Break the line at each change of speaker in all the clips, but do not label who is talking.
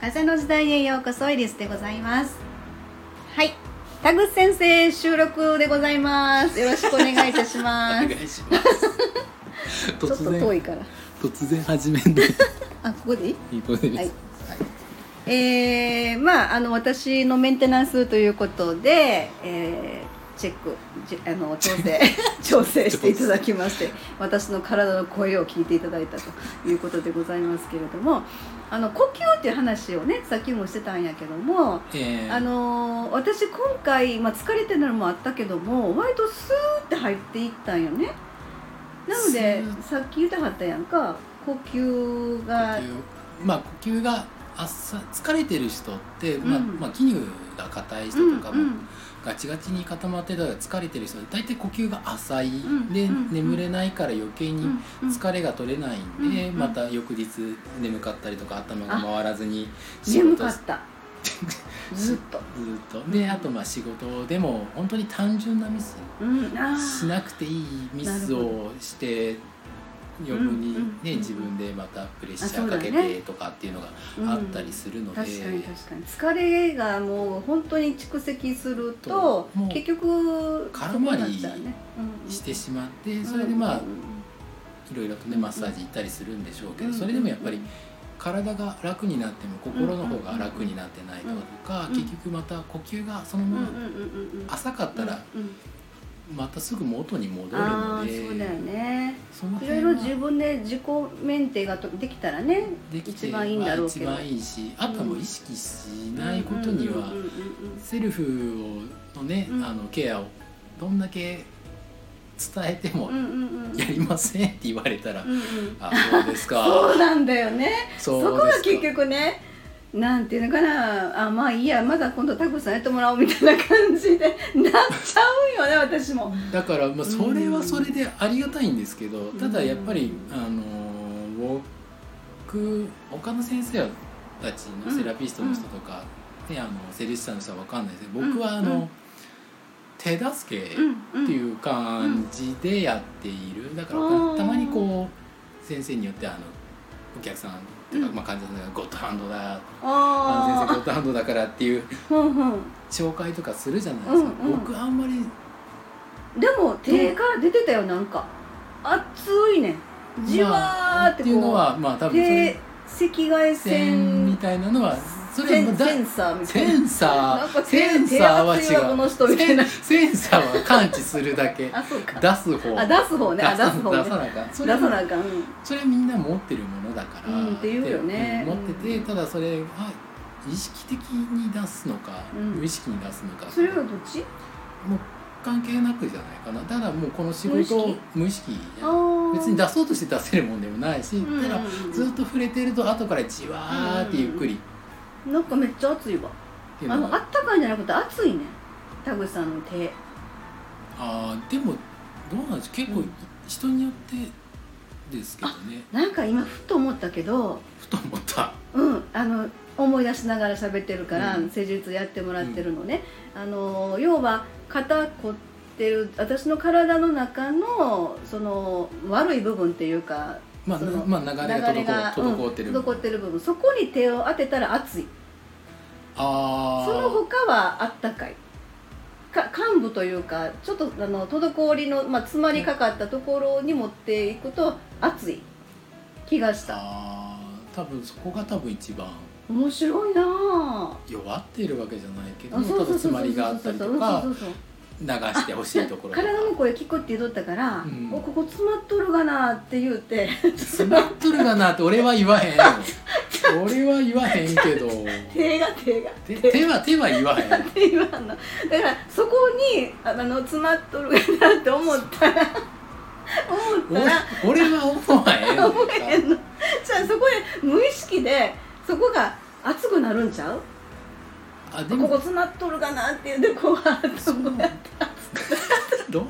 風の時代へようこそイリスでございますはい田口先生収録でございますよろしくお願いいたし
お
ま
願
す
い
ち
しま す。
ょっ
突
と遠
然
いから
突然始めんの
あここでいい
いい声です。
は
はいい。
えーまああの私のメンテナンスということで、えーチェックじあの調整調整していただきまして私の体の声を聞いていただいたということでございますけれどもあの呼吸っていう話をねさっきもしてたんやけども
えー、
あのー私今回、まあ、疲れてるのもあったけども割とスーって入っていったんよねなのでさっき言ってはったやんか呼吸
呼
が
吸まあ呼吸が浅疲れてる人って、まあ
うん
まあ筋肉が硬い人とかも、ガチガチに固まってたら疲れてる人大体呼吸が浅い、
ん
で、
うん
眠れないから余計に
れ
疲れが取れないんで、
うんうん
また翌日眠かったりとか頭が回らずに
眠か
し
った ずっと、
ずーっとであとまあ仕事でも本当に単純なミス
うん、あー
しなくていいミスをして余分に
うんうんう
ね
ん
自分でまたプレッシャ
あそう
ー
だ
か
ね
けてとかっていうのがあったりするので、
確かに確かに疲れがもう本当に蓄積すると
ともう
結局
空
そこにな
回り
っちゃうねうん
してしまってそれでまあ
うん
いろいろとねマッサージ行ったりするんでしょうけどそれでもやっぱり体が楽になっても心の方が楽になってないとか
うん
結局また呼吸がその
うんう
ま
ん
ま
うんうんうん
浅かったら
うんうん
またすぐ元に戻る
あ
の
あ
で
そうだよね
その
い
辺
ろ
はい
ろ自分で自己メンテがとできたらね
できて
一番いいんだろうけど
まあ一番いいしあとはもう意識しないことには
うんうんうん
セルフをのね、
うん
あのケアをどんだけ伝えても
うんうんうんうんうん
「やりません」って言われたら「
うんうん
あそうですか
そうなんだよねそこ
そう
が
ですか」
結局ねなんていうのかなあまあいいやまだ今度タコさんやってもらおうみたいな感じでなっちゃうんよね私も
だから、まあ、それはそれでありがたいんですけど、
ん
ただやっぱり、あの僕他の先生たちのセラピストの人とか、ね、あのセリストの人は分かんないですけど僕はあの、
うん
手助け、
うん
って
う
いう感じでやっている、だから
あー
たまにこう先生によってあのお客さんとか、
うん
まあ、患者さんがゴッドハンドだあの先生
あ
ゴッドハンドだからっていう
あうんうん
紹介とかするじゃないですか、
うんうん
僕あんまり
でも手から出てたよなんか熱いねんじわーって
まあっていうの
こ
はまあ多
う
分そ
低
れ
赤外
線み
線
たいなのはそ
セ
れは
ン
もうだ
センサーみたい
セ
な
ンサ
なんか
ーセンサーは違
手圧はこの人
う
みたいな
センセンサーは感知するだけ
あそうか
出す方
あ出す方ねあ出す方ね
出さなあかんそ
出
れ
さ
は
なあかんうん
それみんな持ってるものだから、
うんって言うよね
ってうん持ってて、
うん
ただそれは意識的に出すのか、
うん
無意識に出すのか
それはどっち
もう関係なくじゃないかなただもうこの仕事を無意識
あ
別に
だ
出そうとして出せるもんでもないし、ただずっと触れてると後からじわーってゆっくりっ
なんかめっちゃ熱いわ
ていう
あ
の
の
が、
あったかいんじゃなくて熱いね田口さんの手
あーでもどうなんでしょう結構
うん
人によってですけどね、
なんか今ふと思ったけど
ふと思った。
うんあの思い出しながら喋ってるから、
うん
施術やってもらってるのね、あの要は肩凝ってる私の体の中のその悪い部分っていうか
まあ、
その
まあ流れが
流れが
滞滞ってる、
残ってる部分そこに手を当てたら熱い
ああ
その他はあったかいか幹部というかちょっとあの滞りの、まあ、詰まりかかったところに持っていくと熱い気がした
あー多分そこが多分一番
面白いなあ
弱っているわけじゃないけど
あ
多分詰まりがあったりとか
そうそうそうそう
流してほしいところ とか
体の声聞くって言うとったから、
うん
おここ詰まっとるがなって言うて
詰まっとるがなって俺は言わへん俺は言わへんけ ど
手が手が
手手は手は言わへん
って言わんのだからそこにあの詰まっとるがなって思ったら思ったら
俺俺は思わへん
思え へんのじゃあそこで無意識でそこが熱くなるんちゃう
あで
ここ
も
詰まっとるかなっていうでこうあっと
そう
思う
ど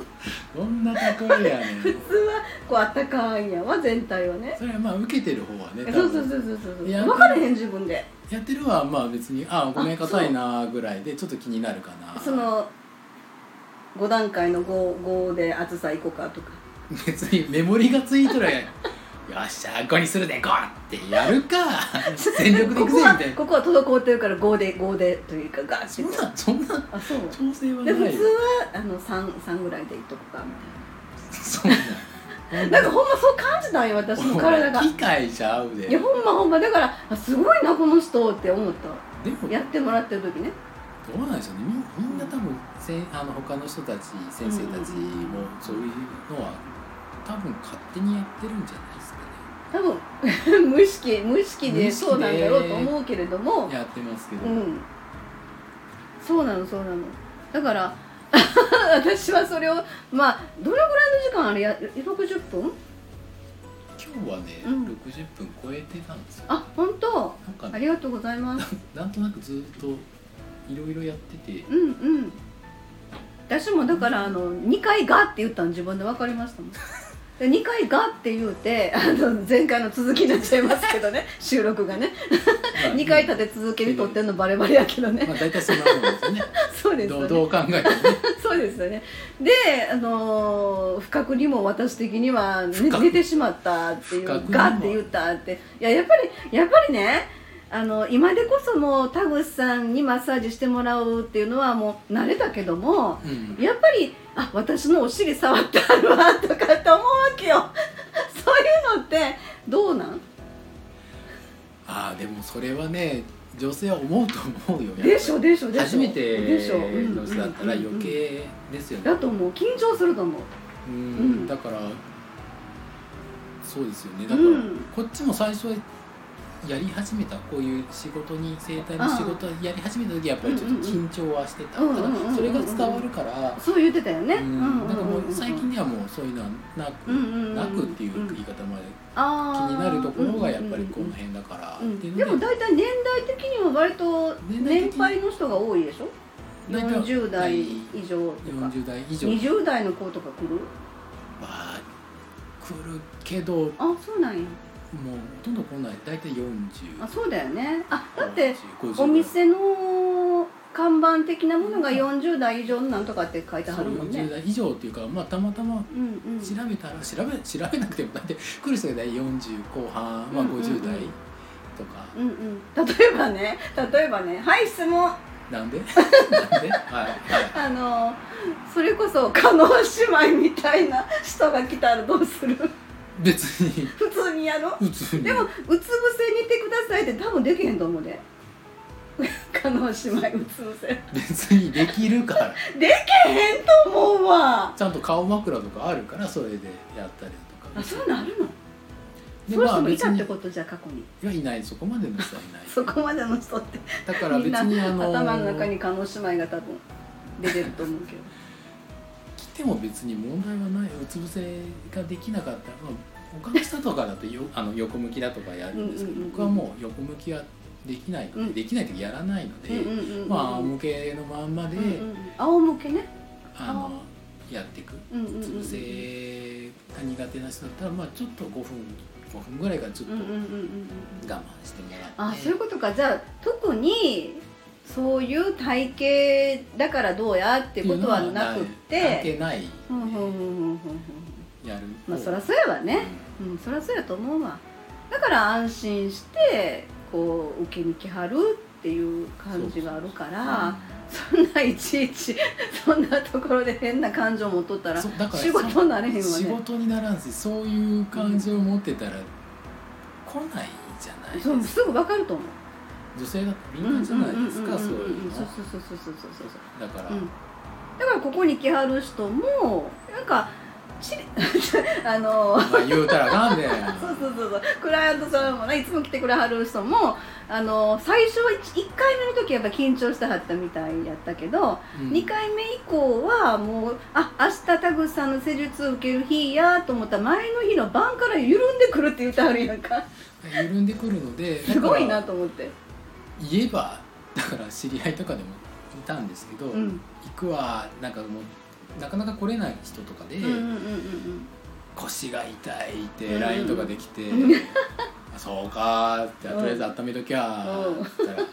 どんなところやねん
普通はこうあったかいんやわ全体はね
それはまあ受けてる方はね
そう
多
そう
分
そうそうそう
いや
分かれへん自分で
やってるはまあ別にあごめん硬いなぐらいでちょっと気になるかな
その5段階の 5, 5で厚さいこうかとか
別にメモリがついとらやよっしゃ5にするで5ってやる か全力でい
ここ
くぜみ
は
たいな
ここは滞ってるから5で5でというかガッ
そ
て
んなそんな
あそう
調整はな
で普
い
通
よ
はあの 3, 三ぐらいでいっとくかみ
そんな
たいななんかほんまそう感じたんよ私の 体が
機械ちゃうで
いやほんまほんまだからあすごいなこの人って思った
でも
やってもらってる時ね
どうなんでしょうねみんみんな多分せんあの他の人たち先生たちもそういうのは多分勝手にやってるんじゃないですかね
多分 無意識無意識
無
で
意識で
そうなんだろうと思うけれども
やってますけど、
うんそうなのそうなのだから 私はそれをまあどれぐらいの時間あれや60分
今日はね、
うん
60分超えてたんですよ
あ本当
なんか
あ
ね
りがとうございます
なんとなくずっといろいろやってて
うんうん私もだからあの2回「が」って言ったの自分で分かりましたもん で2回「が」って言うてあの前回の続きになっちゃいますけど ね収録がね2回立て続けに撮ってんのバレバレやけどね
まあ大体そんなもんですよね
そうですよ
どう
ね
どう考えてもね
そうですよねであのー不覚にも私的には、ね、
不覚
寝てしまったっていう
不覚にも
ガって言ったっていややっぱりやっぱりねあの今でこそもう田口さんにマッサージしてもらうっていうのはもう慣れたけども
うん
やっぱりあ私のお尻触ってあるわとかって思うわけよ そういうのってどうなん
ああでもそれはね女性は思うと思うよやっぱり
でしょでしょでしょ
初めて
でしょ
の人だったら
うんうん
余
うんうん
計ですよね
だと思う緊張すると思う
うん
うん
だからそうですよねだから、
うん
こっちも最初やり始めたこういう仕事に生態の仕事やり始めた時やっぱりちょっと緊張はしてた、
うんうんうん
ただそれが伝わるから、
そう言ってたよね、
うん、なんかもう最近
ね
ではもうそういうのはなく、な
な
くっていう言い方まで気
気
になるところがやっぱりこの辺だから、
うん
っていう
で
の
も
で
大体年代的にも割と
年代
年
的に
配の人が多いでしょ
大体
40代以上とか
40代以上は
20代の子とか来る
来るけどもう
あそうなんや
ほとんど来ない大体40
あそうだよねあだって
50
お店の看板的なものが40代以上のなんとかって書いてはるもん
そ
ね
う40代以上っていうか、まあ、たまたま
うんうん
調べたら調べ 調べなくてもだって来る人が大体40後半、まあ、
うんうんうん
50代とか、
うんうん、例えばね例えばねはい質問
な んでなんではい、はい
あのそれこそ加納姉妹みたいな人が来たらどうする
別に
普通にやろう
普通に
でもうつ伏せにいてくださいって多分できへんと思うで 加納姉妹うつ伏せで
別にできるから
きへんと思うわ
ちゃんと顔枕とかあるからそれでやったりとか
あそういうのあるの
で
そういう
まあ
人もい
別
たっ
に
てことじゃ過去に
いやいないそこまでの人はいない
そこまでの人って
だから別
みんな
にあの
頭の中に加納姉妹が多分出てると思うけど
来ても別に問題はないうつ伏せができなかったら、まあ、他の人とかだとよ あの横向きだとかやるんですけど、
うんうんうんうん
僕はもう横向きはできないので、
うん
できない時やらないので、
うんうんうんうん
まあ仰向けのまんまで、
うんうん仰向けね
あのやっていく。
うんうんうん
うつ伏せが苦手な人だったら、まあ、ちょっと5分5分ぐらいからちょっ
う
と
んうん
我
うんうんうん
慢してもらって、
あそういうことかじゃあ特にそういう体型だからどうやっていうことはなくっ
いうのは関係
て
ない
ふんふんふんふんふんふん
やる
まあそりゃそうやわね、うん、そりゃそうやと思うわだから安心してこう受けに来はるっていう感じがあるからそんないちいちそんなところで変な感情持っとったら
そうだから
仕事になれへんわ
仕
ね
事にならんしそういう感情を持ってたら来ないじゃないです
そ
か
うすぐ分かると思う
女性だって敏感じゃないですか
うん
そううん
うんうん
いうの
そうそうそうそうそうそうそうそう
だから、
うんだからここに来はる人もなんかちあの
まあ言うたらなんで
そうそうそうそうクライアントさんもねいつも来てくれはる人もあの最初 1, 回目の時はやっぱ緊張してはったみたいやったけど、
うん
2回目以降はもうあ明日田口さんの施術受ける日やと思ったら前の日の晩から緩んでくるって言ってはるやんか
緩んでくるの です
ごい
だ
な
か
と思って
ら言えばだから知り合いとかでもいたんですけど、
うん
行くわなんかもうなかなか来れない人とかで、
うんうんうんうん
腰が痛いっ
う
て
ん
LINE とかできて「
うん
あそうか」って「とりあえず温めときゃ」って言ったら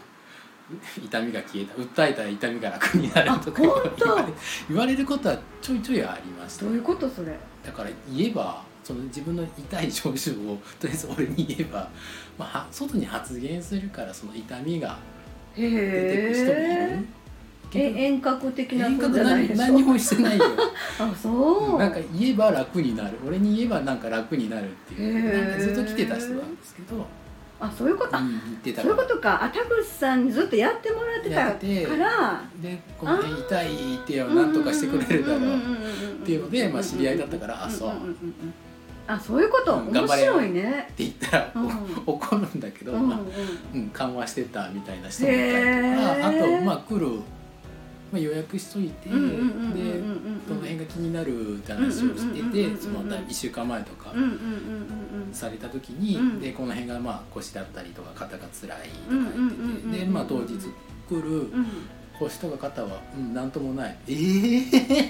「 痛みが消えた訴えたら痛みが楽になるとか
あ本当
言われ言われることはちょいちょいありました
どういうことそれ
だから言えばその自分の痛い症状をとりあえず俺に言えば、まあ、は外に発言するからその痛みが
へ
出てくる人もい
え
る
え遠隔的な
結
こと
局
じゃない
何
でし
何
ょ
もしてないよ
あそう
なんか言えば楽になる俺に言えばなんか楽になるっていう
へー
なんかずっと来てた人なんですけど
あそういうことあ
言ってた
そういうことかあ田口さんにずっとやってもらって
や
た
ってて
から
でこの辺痛いってよなんとかしてくれるだろうっていうので、まあ、知り合いだったから「あそう」って
あそういうこと
うん頑
面
張れよ
白いね
言ったら、
うん
怒るんだけど、
うんう
まあ
ん
うん、緩和してたみたいな人もいたりと
へ
かあ
ー
と、まあ、来る、まあ、予約しといて、
うんうんうんうん
でどの辺が気になるって話をして
うんうんうんうんうんうん
てその1週間前とか。
うんうんうんうん
された時に、
うん
でこの辺がまあ腰だったりとか肩が辛いとか
うん
言ってて、
うんうんうんうん
で、まあ、当日来る
うんうん
腰とか肩は、うん、なんともないえ え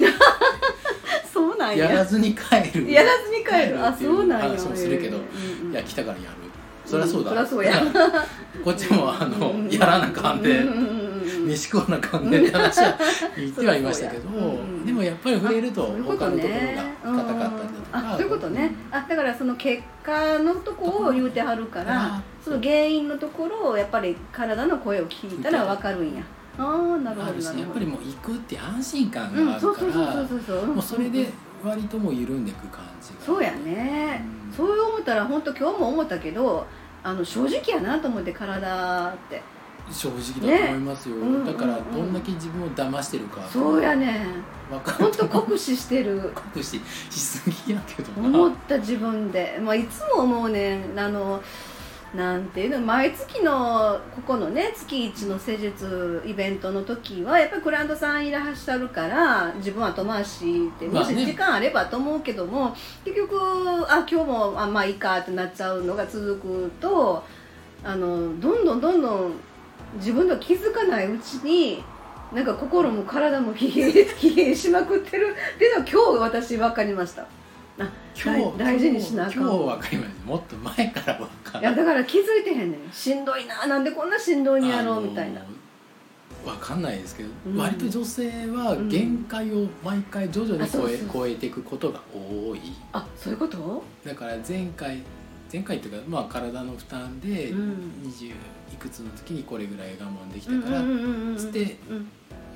そうなんや
やらずに帰る
やらずに帰
帰
る
る
あ
ってい
そううなんや
話もするけど
へーうんうん
いや来たからやるそりゃそうだ、
うんそりゃそうや
こっちもあの、
うんうんうん
やらなあかんで、
うんうんうんうん
飯食わなあかんでって話は言ってはいましたけど、
そうやうんうん
でもやっぱり触れると
あそういうこ
他
と
のところ
ね
が硬かったりだと
うん
か
あそういうことねあだからその結果のとこを言うてはるから
あ
その原因のところをやっぱり体の声を聞いたらわかるんやああなるほ
あ
ど
るし
なる
やっ
ほ
ぱ
ど
りもう行くって安心感
う
があ
んそ
る
う
か
そうそうそ
ら
うそうそう
もうそれで割ともう緩んでいく感じが
そうやね、
うん
そう思ったら本当今日も思ったけどあの正直やなと思って体って
正直だと思いますよ、
ねうんうんうん
だからどんだけ自分を騙してるか
そうやね
分か
本
る
当酷使してる
隠ししすぎやけど
思っ
な
た自分で、まあ、いつも思うねんあのなんていうの毎月のここのね月一の施術イベントの時はやっぱりクライアントさんいらっしゃるから自分は後回しって
ま
も
あね
し時間あればと思うけども、結局あ今日もあまあいいかってなっちゃうのが続くとあのどんどんどんどん自分の気づかないうちになんか心も体も疲弊疲弊しまくってるっていうのは今日私分かりました。
今日
大大事にしなあかん
今日分かりましたもっと前から分か
いやだから気づいてへんねんしんどいななんでこんなしんどいんやろうみたいな
あのわかんないですけど、
うん
割と女性は限界を毎回徐々
あ
に
そう
超
そう
え
そう
超えていくことが多い
あそういうこと
だから前回前回っていうか、まあ、体の負担で
うん
20いくつの時にこれぐらい我慢でき
うん
たから、
うんうんうんうん
つって
うん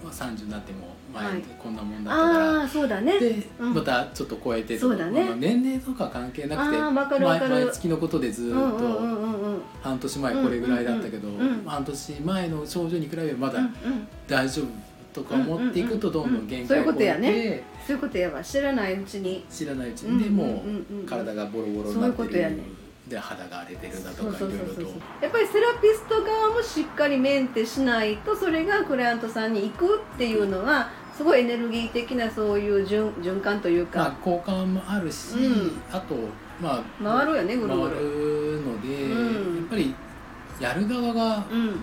まあ、30になっても
は
前
い
でこんなもんだったから、
ああそうだね
で、
うん
またちょっと超えてとか
そうだね
まあ年齢とか関係
あ
なくて
あ分かる分
毎
か
毎
る
月のことでず
う
ー
んうん
っと。
うんうんうん
半年前これぐらいだったけど、
うんうんうん
半年前の症状に比べばま
うんう
だ
ん
大丈夫とか思っていくとどんどん限界
うんうんうんうんそういうこと
を超え
やね
て
そういうことやば知らないうちに
知らないうちにでも
んんんん
う体がボロボロになって
そういうことや
る
ね
で肌が荒れてるだと
そう
か
そ
いうろい
そう
ろ
そう
と
やっぱりセラピスト側もしっかりメンテしないとそれがクライアントさんに行くっていうのはすごいエネルギー的なそういう循循環という
まあ
か
交換もあるし
うん
あとまあ
回るよねぐるぐる
回るので
うん
やっぱりやる側が
うん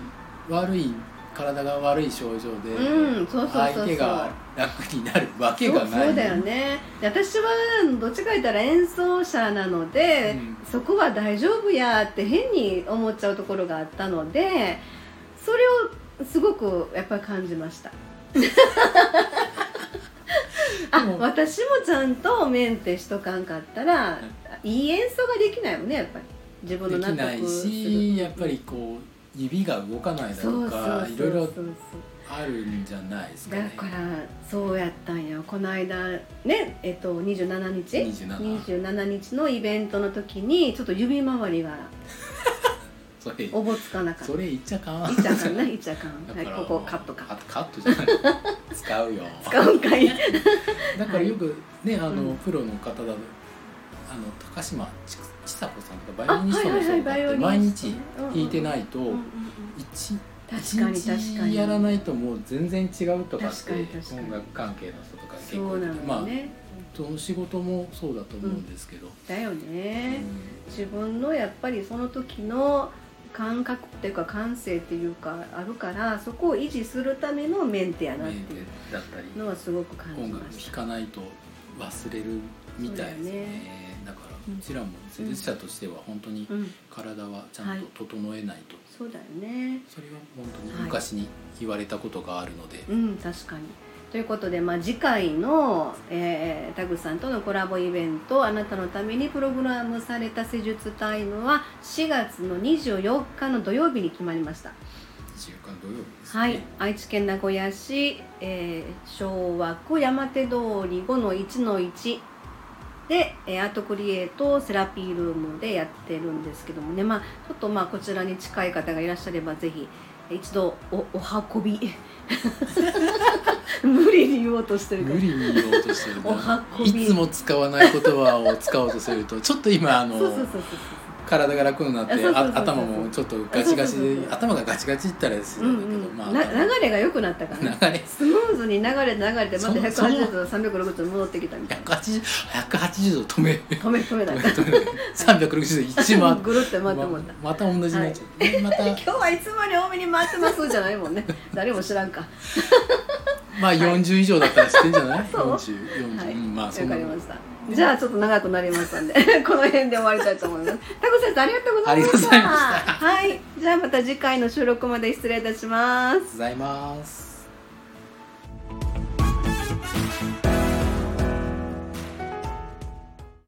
悪い体が悪い症状で
うんそうそうそうそう
相手が楽になるわけが
そう
ない
そうだよねで私はどっちか言ったら演奏者なので、
うん
そこは大丈夫やって変に思っちゃうところがあったのでそれをすごくやっぱり感じま したあ
でも
私もちゃんとメンテしとかんかったらいい演奏ができないもんねやっぱり自分の
で
納
き
得
ない
する
しやっぱりこう指が動かないだ
そ
と
うそうそう
か
そう
いろいろあるんじゃないですか
だ
ね。
からそうやったんやこの間ねえっと27日
27
27日のイベントの時にちょっと指回りが
それ
おぼつかなかった
それ言っちゃかん。
いちゃかんないちゃかん、
だ
は
か
い、
ら
ここカットか
あカットじゃない。使うよ。
使うんかい
だからよくねあ
う
の
ん
プロの方だとあの高島ちちさ子さんとか
あ
バイオリニストの人
はいはい
だっ
はい
て毎
バイオリニスト
日
ねうんうん
弾いてないと
うんうんうん
一
確かに確か
一日
に
やらないともう全然違うとかっ
確かに確か
て
に
音楽関係の人とか結
そ
構
う
いて
なのよね、
まあどの仕事もそうだと思うんですけど、
だよね、
う
自分のやっぱりその時の感覚っていうか感性っていうかあるからそこを維持するためのメンテや
ん
なっ
メ
て
ンテ
いう
だったり
のはすごく感じ
音
ま
楽
し
弾
た
かないと忘れるみたいです
そうだ
ね
よね
だから
うん
うちらも施術者としては本当に
うん、
体はちゃんと整えないと、
そうだよね
それは本当に
はい
昔に言われたことがあるので、
うん確かにということで、まあ、次回の、えータグさんとのコラボイベント「あなたのためにプログラムされた施術タイム」は4月の24日の土曜日に決まりました
週間土曜日ですね、
はい、愛知県名古屋市、えー昭和区山手通り5の1の1で、えーアートクリエイトセラピールームでやってるんですけどもね、まあ、ちょっとまあこちらに近い方がいらっしゃればぜひ一度おお運び 無理に言おうとしてるか
無
ら
理に言おうとしてる
お運び
いつも使わない言葉を使おうとするとちょっと今あの
そうそうそうそう
体が楽になって
あそうそうそうそう
あ頭もちょっとガチガチ
そうそうそう
で
そう
頭がガチガチいったらです
そうう
る
ん
んだけど、
うん
まあ
な
頭
流れが良くなったからね
流れ
スムーズに流れて流れてまた
その
180度360度戻ってきたみたいな
180 180度止める
止め止めない
360度一回っ
ぐるって回って
ま
もらった
また同じになっちゃう、でま た
今日はいつもより多めに回ってますじゃないもん ね誰も知らんか
まあ40以上だったら知ってんじゃな い、
そう
4040、
はい
うんま
わ
あ
か
そ
り
んな
ましたじゃあちょっと長くなりましたんでこの辺で終わりたいと思い ますタコ先生ありがとうございました
ありがとうございました
はいじゃあまた次回の収録まで失礼いたします
ございます